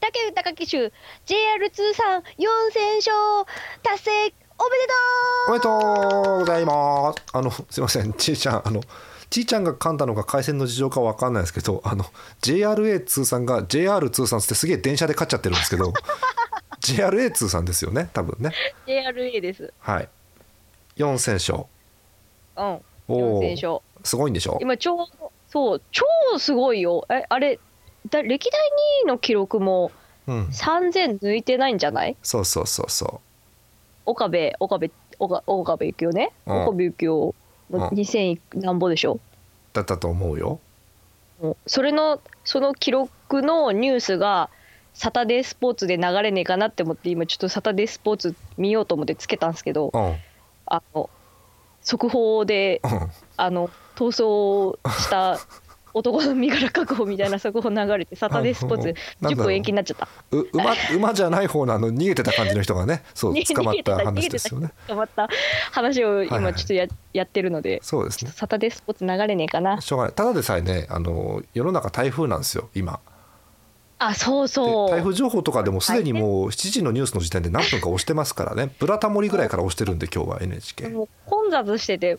武豊騎手、JR2 さん4000勝達成、おめでとうおめでとうございます。あの、すいません、ちいちゃん、あの、ちいちゃんが噛んだのか回線の事情かわかんないですけど、あの、JRA2 さんが JR2 さんつってすげえ電車で勝っちゃってるんですけど、JRA2 さんですよね、多分ね。 JRA です。はい。4戦勝。うん。お4000ー勝。すごいんでしょ今、ちょうど、そう、超すごいよ。え、あれ、だ歴代2位の記録もうん。 3000抜いてないんじゃないそうそうそうそ岡部、岡部、岡岡部幸夫ね。うん岡部幸夫うんの2000何ぼでしょ。う。だったと思うよ。もうそれのその記録のニュースがサタデースポーツで流れねえかなって思って今ちょっとサタデースポーツ見ようと思ってつけたんですけどうん。うん。あの速報であの逃走した男の身柄確保みたいな速報流れてサタデースポーツなんだ10ろう分延期になっちゃったう馬馬じゃない方のあの逃げてた感じの人がね、そう逃げ捕まっ逃げてたた話ですよね。捕まった話をはいは今いちょっとや,、やってるのでそうですね。サタデースポーツ流れねえかなしょうがない。ただでさえね、あの世の中台風なんですよ、今。あそうでそう台風情報とかでもすでにもう7時のニュースの時点で何分か押してますからね「ブラタモリ」ぐらいから押してるんで今日は NHK もう混雑してて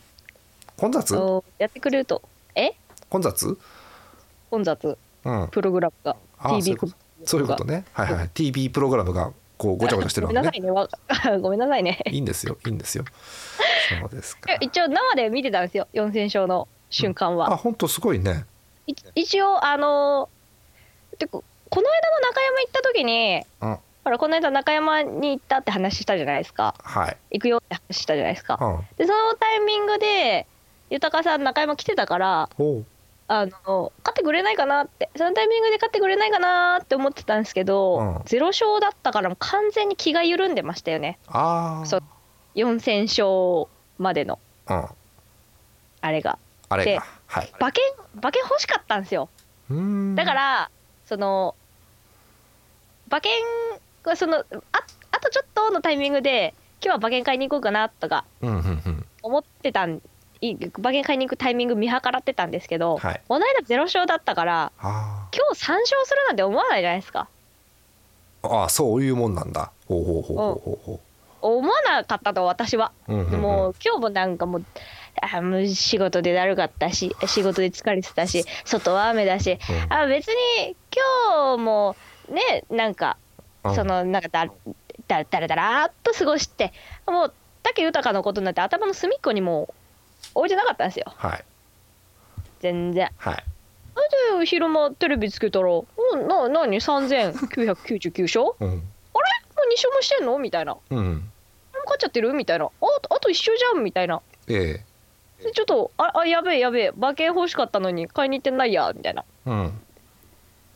混雑そうやってくれるとえ混雑混雑うんプログラムがあー TV そういうことそういうことねはいはい TV プログラムがこうごちゃごちゃしてる ごわめんけなさねいねわごめんなさいね いいんですよいいんですよそうですかいや一応生で見てたんですよ四戦勝の瞬間は、あ本当すごいねい一応あのーてかこの間の中山行った時にうんほらこの間中山に行ったって話したじゃないですかはい行くよって話したじゃないですうかんでそのタイミングで豊さん中山来てたからおうあの勝ってくれないかなってそのタイミングで勝ってくれないかなって思ってたんですけうんど、ゼロ勝だったからもう完全に気が緩んでましたよねあそうー4戦勝までのうんあれがあれでかはい馬券馬券欲しかったんですようーんだから、その馬券はそのああとちょっとのタイミングで今日は馬券買いに行こうかなとかうんうんうん思ってたんい馬券買いに行くタイミング見計らってたんですけど、はいこの間ゼロ勝だったからあ今日3勝するなんて思わないじゃないですかーあーそういうもんなんだほうほうほうほうほ思わなかったと私はうほううんうんでうんも今日もなんかもうあもう仕事でだるかったし仕事で疲れてたし外は雨だしうんあ別に今日もねなんかうんそのなんかだだだらだらーっと過ごしてもう武豊のことなんて頭の隅っこにもう置いてなかったんですよはい全然はいで昼間テレビつけたら「うんな何3999勝もううん2勝もしてんの?」みたいな「もうんう勝っちゃってる?」みたいな「ああと1勝じゃん」みたいなえでちょっと「ああやべえやべえ馬券欲しかったのに買いに行ってないや」みたいなえうん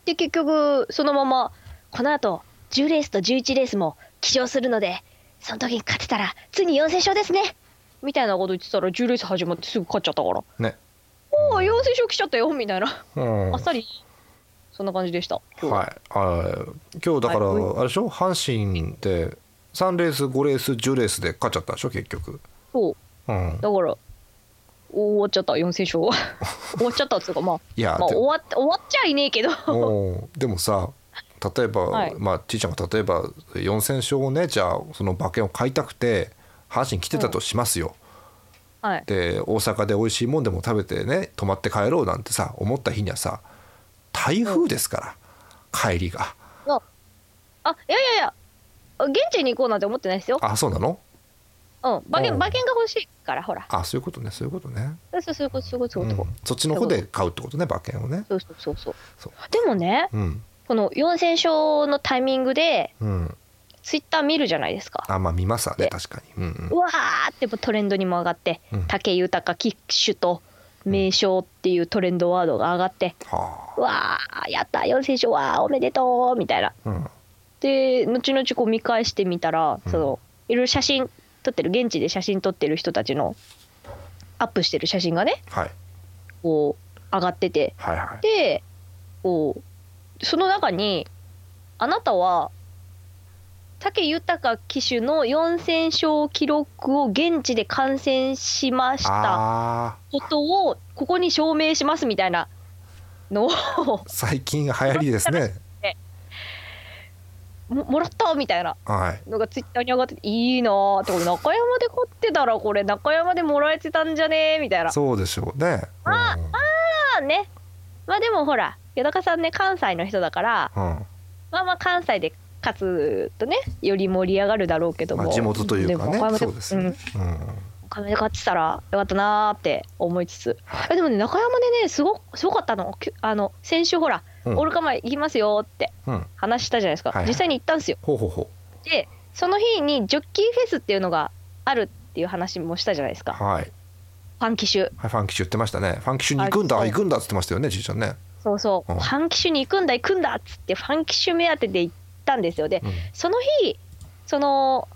で結局そのままこの後10レースと11レースも騎乗するのでその時に勝てたらついに4戦勝ですねみたいなこと言ってたら10レース始まってすぐ勝っちゃったからねおお4戦勝来ちゃったよみたいな、うんあっさりそんな感じでした今日は、はい、あー今日だからはいうあれでしょ阪神で3レース5レース10レースで勝っちゃったでしょ結局、そううだん、から終わっちゃった4戦 勝終わっちゃったっつうかまあいや、まあで終わっ終わっちゃいねえけどもうでもさ例えば、はいまあ、ちいちゃんが例えば4戦勝をねじゃあその馬券を買いたくて阪神来てたとしますよ、はいで大阪で美味しいもんでも食べてね泊まって帰ろうなんてさ思った日にはさ台風ですから、帰りがあいやいやいや現地に行こうなんて思ってないですよあそうなのうん馬う券ん馬券が欲しいからほらあそういうことねそういうことね、そうそうそういうことそういうことそうういうことん、そっちの方で買うってことね馬券をねそうそうそうそうそうでもねうんこの4戦勝のタイミングでうんツイッター見るじゃないですかあまあ見ますわねで確かに、うんうんうわーってもうトレンドにも上がってうん「武豊騎手」と「名称」っていうトレンドワードが上がって「はうわーやった4戦勝わーおめでとう」みたいなあ、うん、で後々こう見返してみたらうんそのいろいろ写真撮ってる現地で写真撮ってる人たちのアップしてる写真がねはいこう上がっててはいはいでこうその中に「あなたは武豊騎手の4000勝記録を現地で観戦しましたあことをここに証明します」みたいなのを ー最近流行りですねももらったみたいなはいのがツイッターに上がってていいなーってこれ中山で買ってたらこれ中山でもらえてたんじゃねーみたいなそうでしょうねあまあねまあでもほら谷中さんね関西の人だからうん、うんまあまあ関西で勝つとねより盛り上がるだろうけども、まあ、地元というかでも中ね山そうですうねん、うん中山で勝ってたらよかったなーって思いつつえでもね中山でねすごすごかったのきゅあの先週ほら、うんオールカマ行きますよーってうん、話したじゃないですか、はいはい実際に行ったんですよほうほうほでその日にジョッキーフェスっていうのがあるっていう話もしたじゃないですうかフはい、ァン機種はい、ファン機種言ってましたねファン機種に行くんだあそう行くんだっつってましたよねじいちゃんね、そうそう、うんファン機種に行くんだ行くんだっつってファン機種目当てで行ったんですよで、うんその日その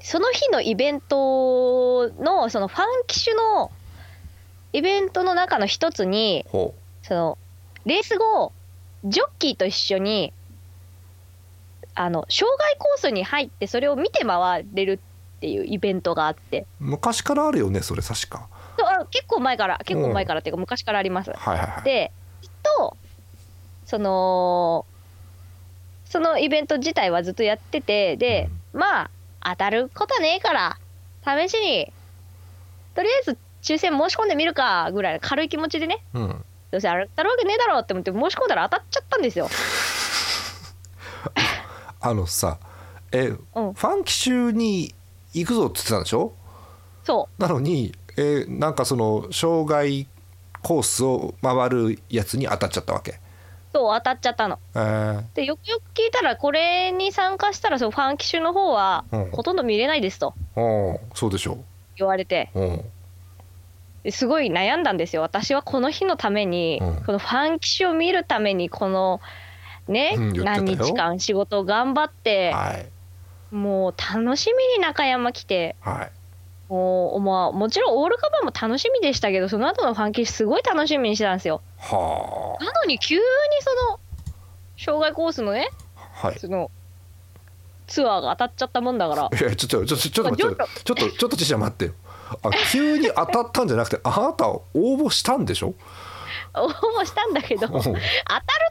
その日のイベントのそのファン機種のイベントの中の一つにほそのレース後ジョッキーと一緒にあの障害コースに入ってそれを見て回れるっていうイベントがあってう昔からあるよねそれ確かそうあ結構前から結構前からっていうか昔からあります。はいはいはいでずっとそのそのイベント自体はずっとやっててでまあ当たることねえから試しにとりあえず抽選申し込んでみるかぐらいの軽い気持ちでねうんどうせ当たるわけねえだろうって思って申し込んだら当たっちゃったんですよ。あのさえ、うんファン機種に行くぞっつってたんでしょそなのに、えーなんかその障害コースを回るやつに当たっちゃったわけ、うそう当たっちゃったの。えーでよくよく聞いたらこれに参加したらそのファン機種の方はうんほとんど見れないですとおーそうでしょ言われてう、うん、ですごい悩んだんですよ私はこの日のために、うんこのファン騎士を見るためにこのね、うん言ってたよ何日間仕事を頑張ってはいもう楽しみに中山来てはいもう、まあ、もちろんオールカバーも楽しみでしたけどその後のファン騎士すごい楽しみにしてたんですよはなのに急にその障害コースのねあはいそのツアーが当たっちゃったもんだ からいやちょっとちょっとちょっと待ってまあちょっとちょっとちょっとちちゃん待ってよあ急に当たったんじゃなくてあなた応募したんでしょ応募したんだけどうん当たる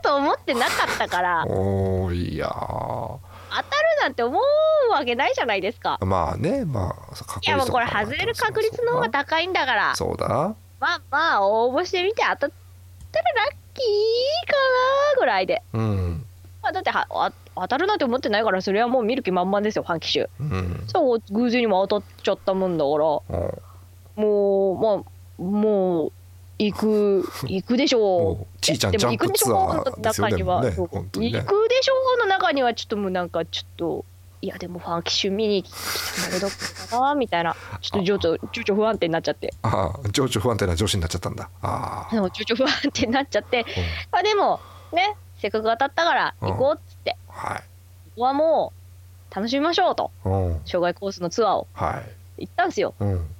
と思ってなかったからおーいやー当たるなんて思うわけないじゃないですかまあねまあ確いやもうこれ外れる確率の方が高いんだからそうだなまあまあ応募してみて当たったらラッキーかなぐらいで、うんまあ、だってはあ当たるなんて思ってないからそれはもう見る気満々ですよファン機種うんそう偶然にも当たっちゃったもんだからうんもうまあもう行 く行くでしょもううちいちゃんでもジャ行ンくプでしツょアうのーですよ中ねにはもうねそう本当にね行くでしょうの中にはちょっともうなんかちょっといやでもファン機種見に来たんだけどかなみたいなちょっと情緒情緒不安定になっちゃってああ情緒不安定な上司になっちゃったんだああでもちょちょ不安定になっちゃって、うんまあでもねせっかく当たったからうん行こうっつって、はいここはもう楽しみましょうとうん障害コースのツアーをはい行ったんですようん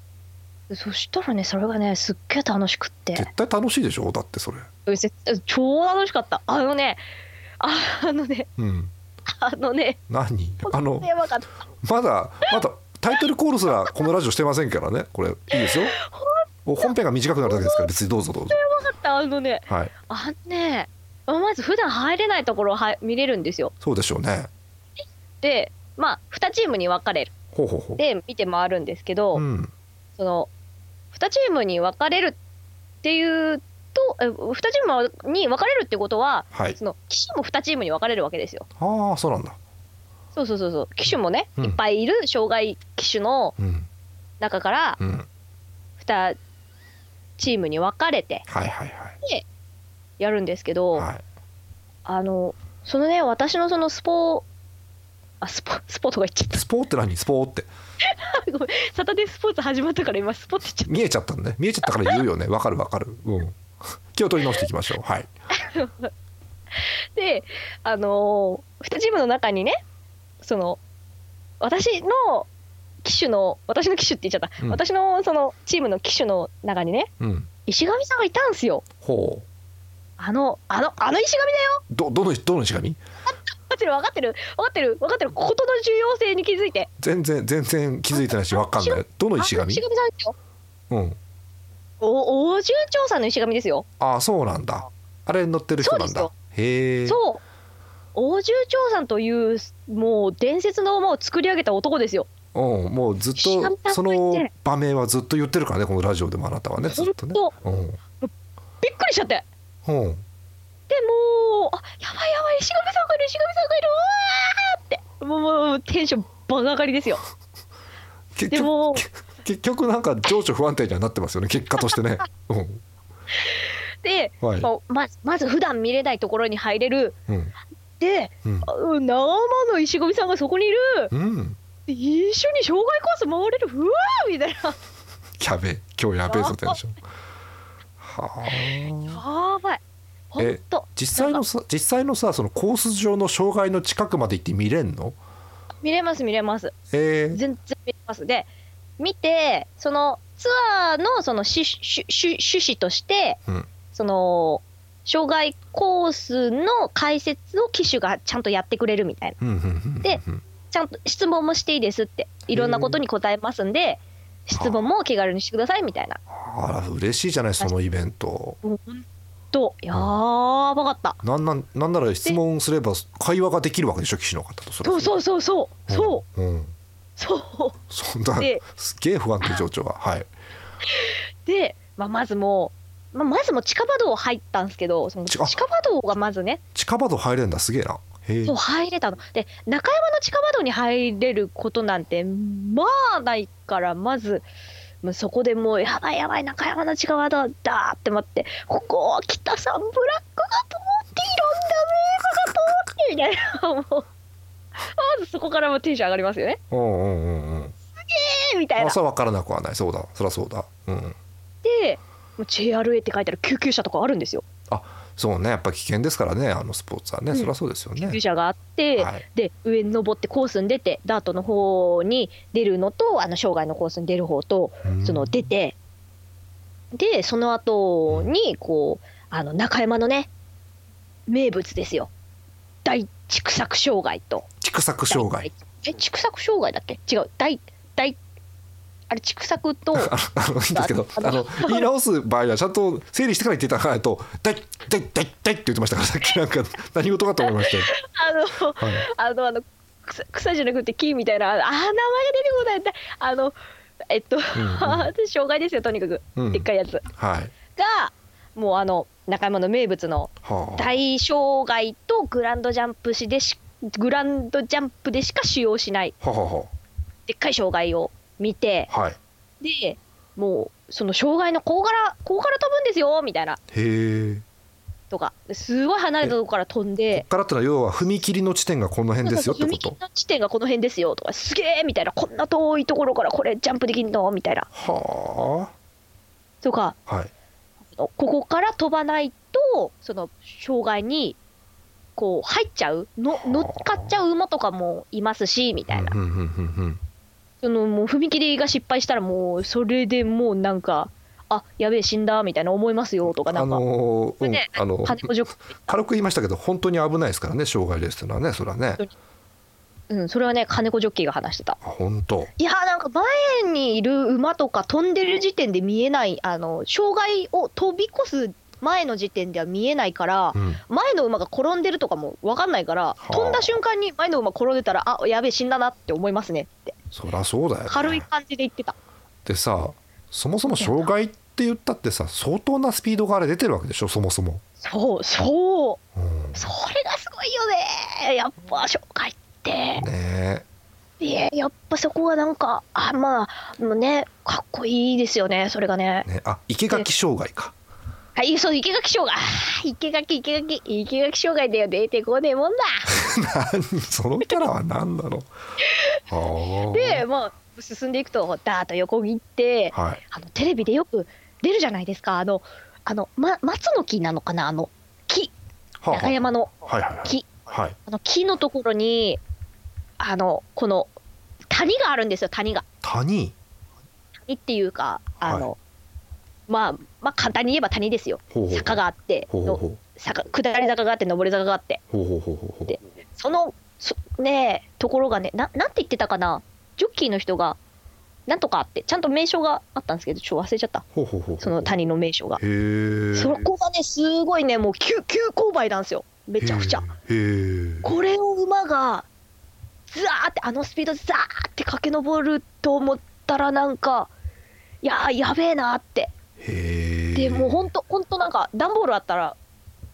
そしたらねそれがねすっげえ楽しくって絶対楽しいでしょだってそれ絶対超楽しかったあのねあのねうんあのね何あ本当のにやばかったまだまだタイトルコールすらこのラジオしてませんからねこれいいですよお本編が短くなるだけですから別にどうぞどうぞやばかったあのねはいあのねまず普段入れないところをは見れるんですよそうでしょうねでまあ2チームに分かれるほうほうほで見て回るんですけど、ううんその2チームに分かれるっていうとえ2チームに分かれるってことは、はいその騎手も2チームに分かれるわけですよ。ああそうなんだそうそうそうそう騎手もね、うんいっぱいいる障害騎手のうん中からうんはい2チームに分かれてはいはいやるんですけど、はいあのそのね私のそのスポあスポスポとか言っちゃっスポーって何スポーってたごめんサタデースポーツ始まったから今スポって言っちゃった見えちゃったんね見えちゃったから言うよねわかるわかるうん気を取り直していきましょうはいであのー、2チームの中にねその私の機種の私の機種って言っちゃった、うん私のそのチームの機種の中にねうん石神さんがいたんすよほうあのあのあの石神だよどどのどの石神分かってる分かってる分かってる分かってることの重要性に気づいて全然全然気づいてないしわかんないどの石あの神石神さんですようんお王順調査の石神ですよ、ああそうなんだあれに乗ってる人なんそうだへえそう王十長さんというもう伝説の馬を作り上げた男ですようん、もうずっシャンとパンそも言っのて場面はずっと言ってるからねこのラジオでもあなたはねずっとね。ほんうんびっくりしちゃってうん、でもうあやばいやばい石神さんがいる石神さんがいるうわーってもうもうテンション爆上がりですよ結でも局結局なんか情緒不安定にはなってますよね結果としてね。うんで、はいこうままず普段見れないところに入れるうんでうんあうん生の石神さんがそこにいるうん、で一緒に障害コース回れるうわーみたいなやべえ今日やべえぞって話。はあ。やばいほんと実際のさ実際のさそのコース上の障害の近くまで行って見れんの？見れます見れますえー、全然見れますで見てそのツアーのその趣趣趣趣旨としてうんその障害コースの解説を機種がちゃんとやってくれるみたいなうんうんうんうんでちゃんと質問もしていいですっていろんなことに答えますんで質問も気軽にしてくださいみたいなあら嬉しいじゃないそのイベント。ほんとやーばかったなんなんなんなら質問すれば会話ができるわけでしょ騎士の方とそれ。そうそうそうそうそううん。うそうそんなですげえ不安定情緒がはい。で、まあ、まずもう、まあ、まずもう近場道入ったんですけどその近近場道がまずね近場と入れんだすげえな。へえそう。入れたので中山の近場道に入れることなんてまあないからまずもうそこでもうやばいやばい中山の近場道だーって待ってここは北さんブラックが通っていろんな名画が通ってみたいなもうまずそこからもうテンション上がりますよねうんうんうんうん。えーみたいな朝わからなくはない。そうだ。そりゃそうだ。うん。でもう JRA って書いてある救急車とかあるんですよそうね。やっぱ危険ですからね。あのスポーツはね。うんそりゃそうですよね。救急車があって、はいで上に登ってコースに出てダートの方に出るのとあの障害のコースに出る方とうんその出て、でその後にこうあの中山のね名物ですよ大畜作障害と畜作障害。大え畜作障害だっけ違う大大あれ畜作 とあのあのいいんですけど、ああの言い直す場合はちゃんと整理してから言っていただかないと、だいだいだいだいって言ってましたからさっきなんか何事かと思いまして。あのはい。あのあの草草じゃなくて木みたいなあのあー名前が出てこないだあのえっと、 障害ですよとにかく、うんでっかいやつがはい。もうあの中山の名物のはあ。大障害とグランドジャンプしでしグランドジャンプでしか使用しないはははでっかい障害を見てあ。はい。でもうその障害のここからここから飛ぶんですよみたいなへえ。とかですごい離れたとこから飛んこでっ。からってのは要は踏切の地点がこの辺ですよってこそうそうそう踏と切。の地点がこの辺ですよとかすげえみたいなこんな遠いところからこれジャンプできんのみたいなはとかあ。はい。ここから飛ばないとその障害にこう入っちゃうの乗っかっちゃう馬とかもいますしみたいなうんうんうんうんうん。そのもう踏切が失敗したらもうそれでもうなんかあやべえ死んだみたいな思いますよとかなあんかのーそれうんであの金子塾軽く言いましたけど本当に危ないですからね障害レースってのはねそれはね。うんそれはね金子ジョッキーが話してたあ本当。いやーなんか前にいる馬とか飛んでる時点で見えないあの障害を飛び越す前の時点では見えないからうん。前の馬が転んでるとかも分かんないからあ飛んだ瞬間に前の馬転んでたらあやべえ死んだなって思いますねってそりゃそうだよ、ね。軽い感じで言ってたでさそもそも障害って言ったってさ相当なスピードがあれ出てるわけでしょそもそも。そうそううんそれがすごいよねやっぱ紹介ってねえ。いややっぱそこがなんかあまあもうねかっこいいですよねそれがねね、あ生垣障害か。はいそう生垣障害あー生垣生垣生垣障害だよ出てこねえもんだ 何そのキャラは何だろ う。はあ。でまあ進んでいくとダーッと横切ってはい。あのテレビでよく出るじゃないですかあのあの、ま、松の木なのかなあの木はあ中山のはいはいはい。木はい。あの木のところにあのこの谷があるんですよ谷が。谷。谷っていうかあの、はまあまあ簡単に言えば谷ですよほうほう坂があってほうほうほうの坂下り坂があって上り坂があってほうほうほうほうほうでそのそねえところがねななんて言ってたかなジョッキーの人がなんとかあってちゃんと名称があったんですけどちょっと忘れちゃったほうほうほうほうその谷の名称がへえそこがねすごいねもう急急勾配なんですよめちゃくちゃ。へえこれを馬がザーってあのスピードでザーって駆け上ると思ったらなんかいやーやべえなーってへえでもうほんとほんとなんか段ボールあったら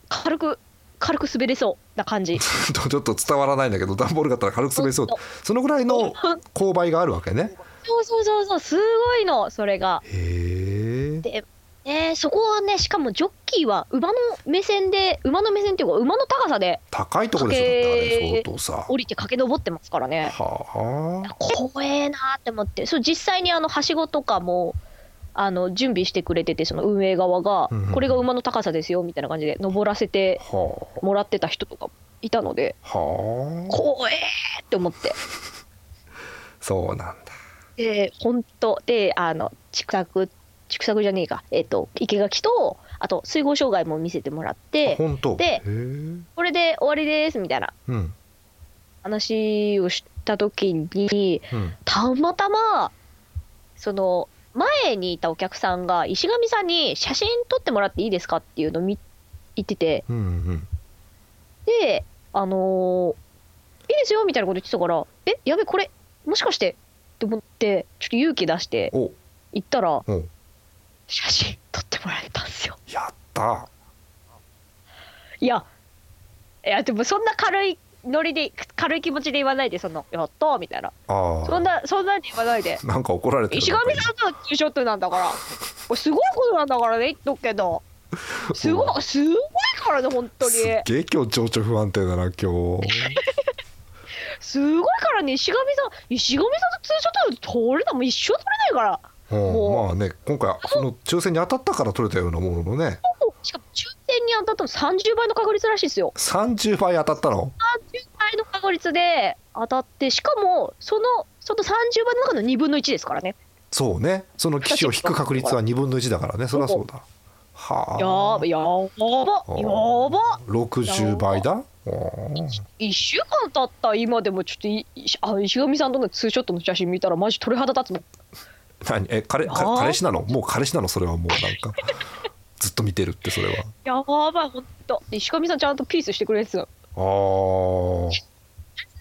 軽く軽く滑れそうな感じちょっと伝わらないんだけど段ボールがあったら軽く 滑りそうほんとそのぐらいの勾配があるわけねそうそうそうそうすごいのそれがへえでねそこはねしかもジョッキーは馬の目線で馬の目線っていうか馬の高さで高いとこでしょだってあれ相当さ降りて駆け上ってますからねはあ怖えなって思ってそう実際にあのはしごとかもあの準備してくれててその運営側が、うんうんこれが馬の高さですよみたいな感じで登らせてはもらってた人とかいたのであはあ怖えーって思ってそうなんだで本当であの畜作畜作じゃねえかえっ、と生垣とあと水郷障害も見せてもらって本当でへえこれで終わりですみたいなうん話をした時にうんたまたまその前にいたお客さんが石神さんに写真撮ってもらっていいですかっていうのを見言っててうんうんであのーいいですよみたいなこと言ってたからえやべこれもしかしてって思ってちょっと勇気出してお行ったらお写真撮ってもらえたんですよ やったいやいやでもそんな軽いノリで軽い気持ちで言わないでそのやったーみたいなああそんなそんなんで言わない でなんか怒られてる石神さんのツーショットなんだから、 これすごいことなんだからね、言っとくけ ど、すごい、すごいからね、本当に。すっげえ今日情緒不安定だな今日すごいからね、石神さん、石神さんとツーショット取れたもう一生取れないから、うんもうまあね今回その抽選に当たったから取れたようなもののねもうしかも抽選に当たったの30倍の確率らしいですよ。 30倍当たったの30倍の確率で当たって、しかも、その、その30倍の中の2分の1ですからね。そうねその機種を引く確率は2分の1だからねそりゃそうだはあやーば、やーば、やーば。 60倍だおー1週間経った今でもちょっといいしあ石神さんとのツーショットの写真見たらマジ鳥肌立つもん何え彼やかー彼氏なのもう彼氏なのそれはもうなんか ずっと見てるってそれはやばい、ほんと。で石神さんちゃんとピースしてくれるやつ。あー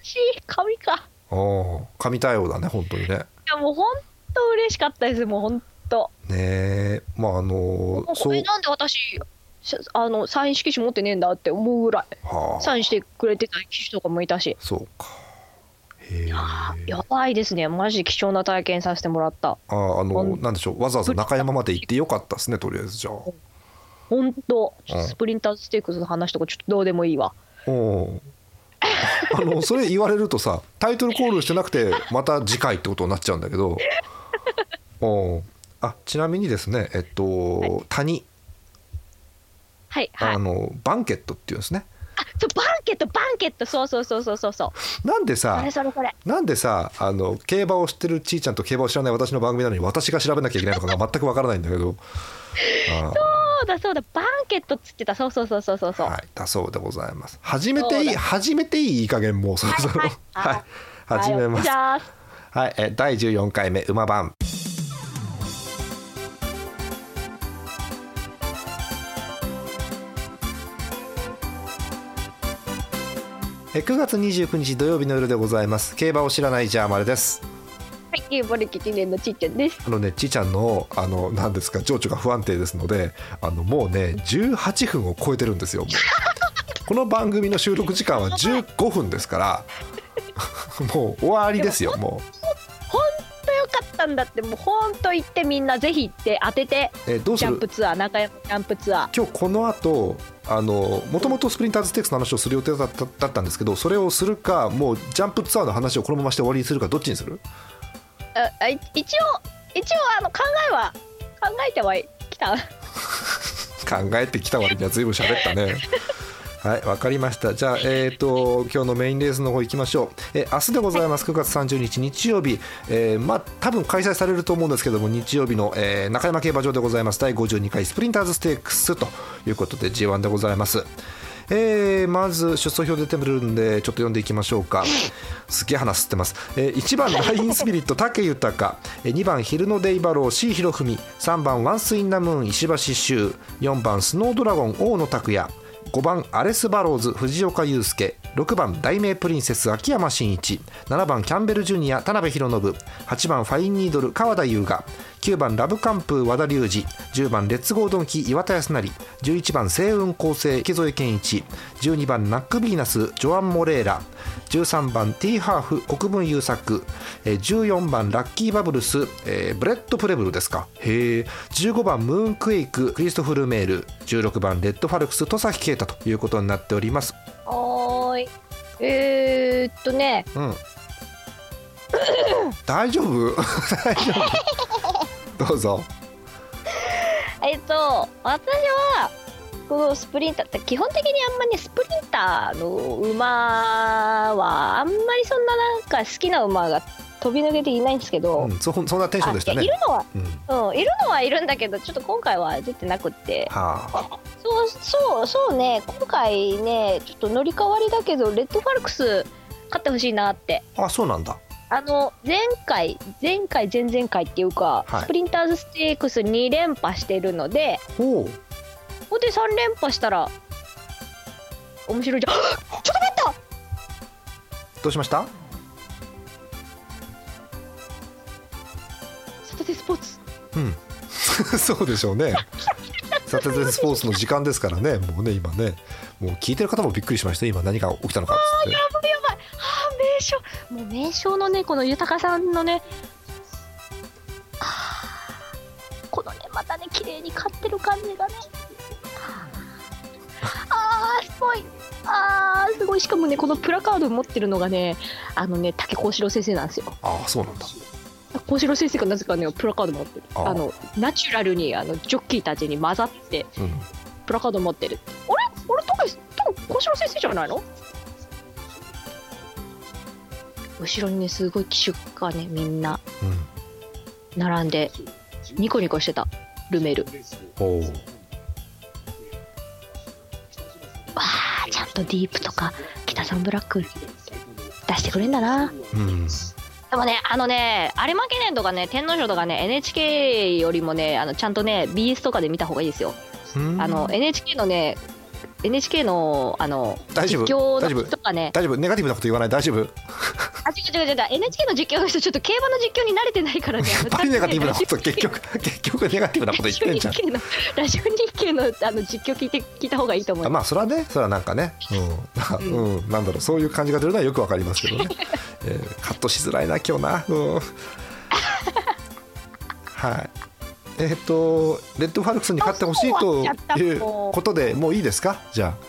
し、神か。あー神対応だね本当にねいや、もうほんと嬉しかったです、もうほんと。ねえまああのもうこそうれなんで私、しあの、サイン色紙持ってねえんだって思うぐらい。はあサインしてくれてた機種とかもいたし。そうかへえやばいですね、マジで貴重な体験させてもらった。あーあほのんなんでしょうわざわざ中山まで行ってよかったですねとりあえずじゃあほんと、うんスプリンターズステークスの話とかちょっとどうでもいいわ。うんあのそれ言われるとさタイトルコールしてなくてまた次回ってことになっちゃうんだ けどうんあちなみにですねえっと、谷はい、はい。ああ、のバンケットっていうんですねそう、バンケット、バンケット、そうそうそうそうそうそう。なんでそされそれそれ。なんでさあの競馬を知ってるちーちゃんと競馬を知らない私の番組なのに私が調べなきゃいけないのかが全くわからないんだけどあそうだそうだ、バンケットっつってた、そうそうそうそうそうそう。はい、だそうでございます。初めていそうい、だ初めていいいい加減もうそろそはろ。はいいはいはい、始めますじ。ゃあはい、え第14回目馬番。え9月29日土曜日の夜でございます。競馬を知らないジャーマルです。はい、ゲーボリキ1年のちっちゃんです。あのね、ちーちゃんの、あの、なんですか、情緒が不安定ですので、あの、もうね、18分を超えてるんですよ。もうこの番組の収録時間は15分ですから。もう終わりですよ、もほんとよかったんだって、もうほんと行ってみんなぜひ行って当てて、う。え、どうすジャンるプ。ツアー、中山ジャンプツア今日この後あのもともとスプリンターズステークスの話をする予定だっただったんですけどそれをするかもうジャンプツアーの話をこのままして終わりにするかどっちにするー。ああい一応、一応あの考えは、考えてはいきた。考えてきた割には随分喋ったねはいわかりましたじゃあえっ、と今日のメインレースの方行きましょうえー明日でございます9月30日日曜日、えーまあ多分開催されると思うんですけども日曜日の、えー中山競馬場でございます第52回スプリンターズステークスということで G1 でございますえーまず出走表出てくるんでちょっと読んでいきましょうかすげえ話吸ってます、えー1番ラインスピリット武豊、えー2番昼のデイバロー C ひろふみ3番ワンスインナムーン石橋周4番スノードラゴン大野拓也5番アレス・バローズ藤岡祐介6番大名プリンセス秋山真一7番キャンベルジュニア田辺裕信8番ファインニードル川田優雅9番ラブカンプ和田龍二10番レッツゴードンキ岩田康成11番星雲構成池添健一12番ナックビーナスジョアン・モレーラ13番ティーハーフ国分優作えー14番ラッキーバブルス、えーブレッドプレブルですかへえ15番ムーンクエイククリストフルメール16番レッドファルクス戸崎啓太ということになっておりますはーいえー、っとねうん 大丈夫 大丈夫どうぞえっと私はこのスプリンターって基本的にあんまねスプリンターの馬はあんまりそんななんか好きな馬が飛び抜けていないんですけど、うん、そそんなテンションでしたあいねやいるのはうんはうん、いるのはいるんだけどちょっと今回は出てなくってあそうそうそうね今回ねちょっと乗り換わりだけどレッドファルクス勝ってほしいなってあそうなんだあの前回前回前々回っていうか、はいスプリンターズステークス2連覇してるのでほうここで3連覇したら面白いじゃん ちょっと待ったどうしましたサタデースポーツうん そうでしょうねサタデースポーツの時間ですからねもうね今ねもう聞いてる方もびっくりしました今何が起きたのかっつってやばいやばいあー名称もう名称のねこの豊さんのねあーこのねまたね綺麗に買ってる感じがねあーすごいあーすごいしかもねこのプラカード持ってるのがねあのね竹幸四郎先生なんですよああそうなんだ幸四郎先生がなぜかねプラカード持ってるああーのナチュラルにあのジョッキーたちに混ざってうんプラカード持ってるあれ俺とか幸四郎先生じゃないの後ろにねすごい機種がねみんなうん並んでニコニコしてたルメールほうわあちゃんとディープとか北サンブラック出してくれんだなうんでもねあのね有馬記念とかね天皇賞とかね NHK よりもねあのちゃんとね BS とかで見た方がいいですようんあの NHK のね NHK のあの大丈夫実況大丈の夫人がね大丈夫ネガティブなこと言わない大丈夫あ違う違う違う NHK の実況の人ちょっと競馬の実況に慣れてないから ねやっぱりネガティブなこと結局結局ネガティブなこと言ってんじゃんラジオ日経のラジオ日経のあの実況聞いて聞いた方がいいと思いあままあそれはねそれはなんかねうんなんか うん、なんだろうそういう感じが出るのはよくわかりますけど ね、えーカットしづらいな今日なうん はいえっ、とレッドファルクスに勝ってほしいということでもういいですかじゃあ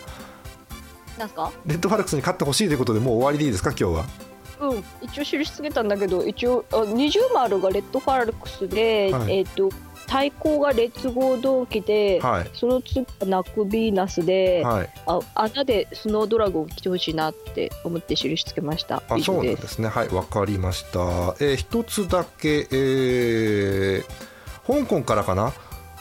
す。なんすか？レッドファルクスに勝ってほしいということでもう終わりでいいですか今日はうん、一応印つけたんだけど、一応あ二重丸がレッドファルクスで、はいえっ、と対抗がレッツゴー同期で、はいその次がナックビーナスで、はいあ穴でスノードラゴン来てほしいなって思って印つけました。あ以そう上なんで。ですすねはいわかりました、えー一つだけ、えー香港からかな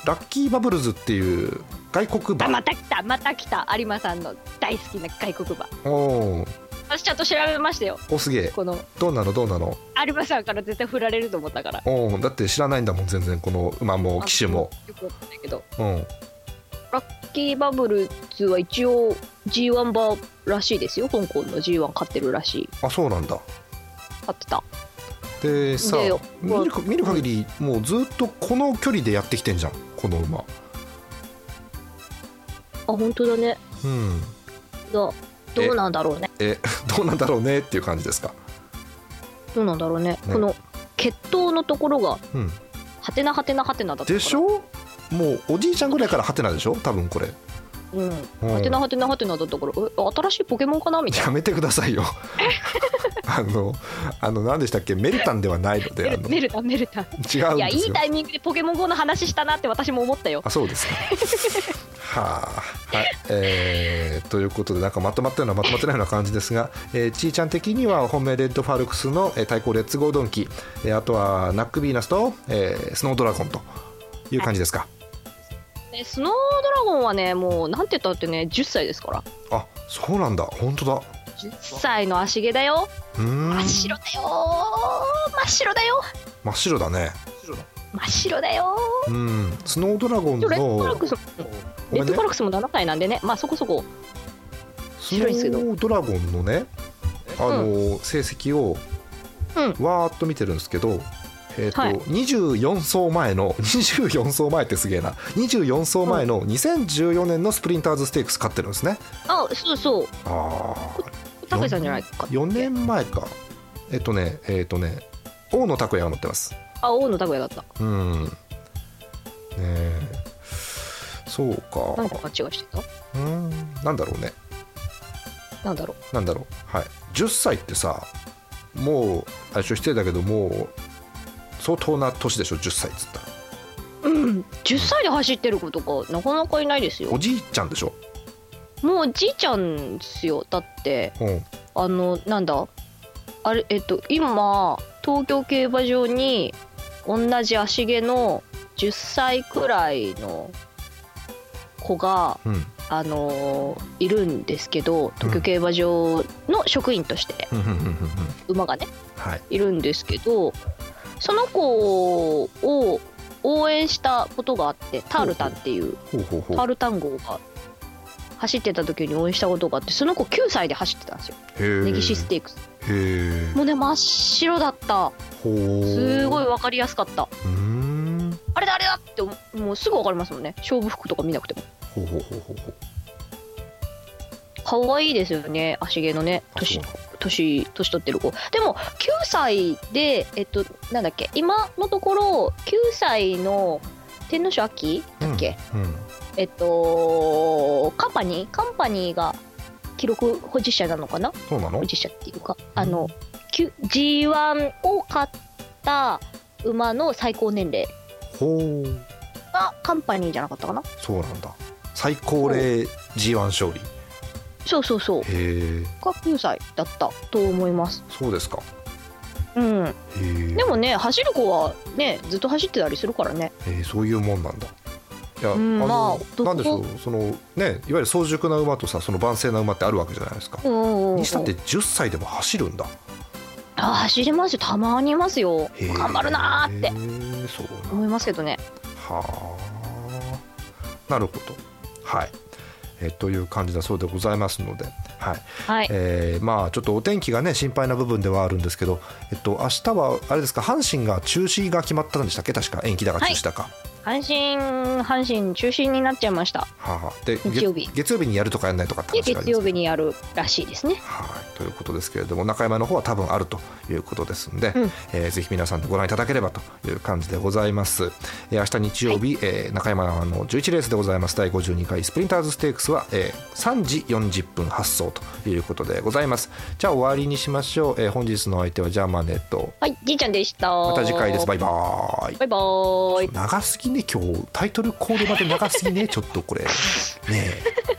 ラッキーバブルズっていう外国あ版また来たまた来た有馬さんの大好きな外国馬おー私ちゃんと調べましたよおすげえこのどうなのどうなの有馬さんから絶対振られると思ったからおーだって知らないんだもん全然この馬も騎手もよくわかんないけどうんラッキーバブルズは一応 G1 バーらしいですよ香港の G1 買ってるらしいあそうなんだ買ってたでさで見るか見る限りもうずっとこの距離でやってきてんじゃんこの馬あ本当だねうんどどうなんだろうねえどうなんだろうねっていう感じですかどうなんだろうねこの血統のところがうんハテナハテナハテナだったからでしょもうおじいちゃんぐらいからハテナでしょ多分これうんうんハテナハテナハテナだったからえ新しいポケモンかなみたいやめてく ださいよあのあの何でしたっけメルタンではないのなでメルあの違メルタメルタうんですいやいいよタイミングでポケモン GO の話したなって私も思ったよあそうですか。 はあ、はい、えーということでなんかまとまったようなまとまってないような感じですが、えー、ちーちゃん的には本命レッドファルクスの、えー対抗レッツゴードンキ、えーあとはナックビーナスと、えースノードラゴンという感じですか。ねスノードラゴンはねもうなんて言ったってね10歳ですからあ、そうなんだ。本当だ。う10歳の足毛だよーん。真っ白だよー真っ白だよ真っ白だね。真っ白だようん。スノードラゴンーレッドファルのクスごレめッんドねコロックスも7歳なんでねまあそこそこス白いですけどノードラゴンのねあの、成績をうんわーっと見てるんですけど、えーとはい24走前の 24走前ってすげえな24走前の2014年のスプリンターズステークス勝ってるんですねあそうそうあ高橋さんじゃないかっけ4年前かえっとねえっとね大野拓也が乗ってますあ大野拓也だったうんねえそうかなんか勘違いしてたうんなんだろうねなんだろうなんだろう、はい、10歳ってさもうあ一応失礼だけどもう相当な年でしょ10歳っつったらうん10歳で走ってる子とかなかなかいないですおよじいちゃんでしょ、もうじいちゃんですよだってうん、あのなんだあれえっと今東京競馬場に同じ足毛の10歳くらいの子が、うん あのーいるんですけど東京競馬場の職員として、うんうんうんうんうん馬がねはいいるんですけどその子を応援したことがあってタールタンっていうほうほうほタうールタン号が走ってた時に応援したことがあってその子9歳で走ってたんですよへーネギシステークスへえもうね真っ白だったほうすごいう分かりやすかったーんあれだあれだってもうもうすぐ分かりますもんね勝負服とか見なくてもほうほうほうほうほう可愛いですよね足毛のねあそう年なの年年取ってる子でも9歳でえっとなんだっけ今のところ9歳の天皇賞秋だっけ、うんうんえっとカンパニーカンパニーが記録保持者なのかなそうなの保持者っていうかあの Q- G1 を勝った馬の最高年齢ほうがカンパニーじゃなかったかなそうなんだ最高齢 G1 勝利そうそうそうへえが9歳だったと思いますそうですかうんへえでもね走る子はねずっと走ってたりするからねえーそういうもんなんだ。いや、うんまああの、どこなんでしょう、そのね、いわゆる早熟な馬とさ、その万世な馬ってあるわけじゃないですか。うんうんうんにしたって10歳でも走るんだ。あ走れますよたまにいますよへー頑張るなーって。そう思ないますけどねはあ。なるほど。はい。えーという感じだそうでございますので、はいはいえーまあ、ちょっとお天気が、ね、心配な部分ではあるんですけど、えっと明日はあれですか阪神が中止が決まったんでしたっけ、確か延期だか中止だか、阪神阪神中心になっちゃいましたはあはあで日曜日月月曜日にやるとかやらないとかってで話があります月けど曜日にやるらしいですねはい、ということですけれども中山の方は多分あるということですんで、うんえーぜひ皆さんでご覧いただければという感じでございます、えー明日日曜日、えー中山の11レースでございます第52回スプリンターズステークスは、えー3時40分発送ということでございますじゃあ終わりにしましょう、えー本日のお相手はジャーマネットはいじいちゃんでしたままた次回ですバイバーイバイバーイ長すぎね今日タイトルコールまで長すぎねちょっとこれねえ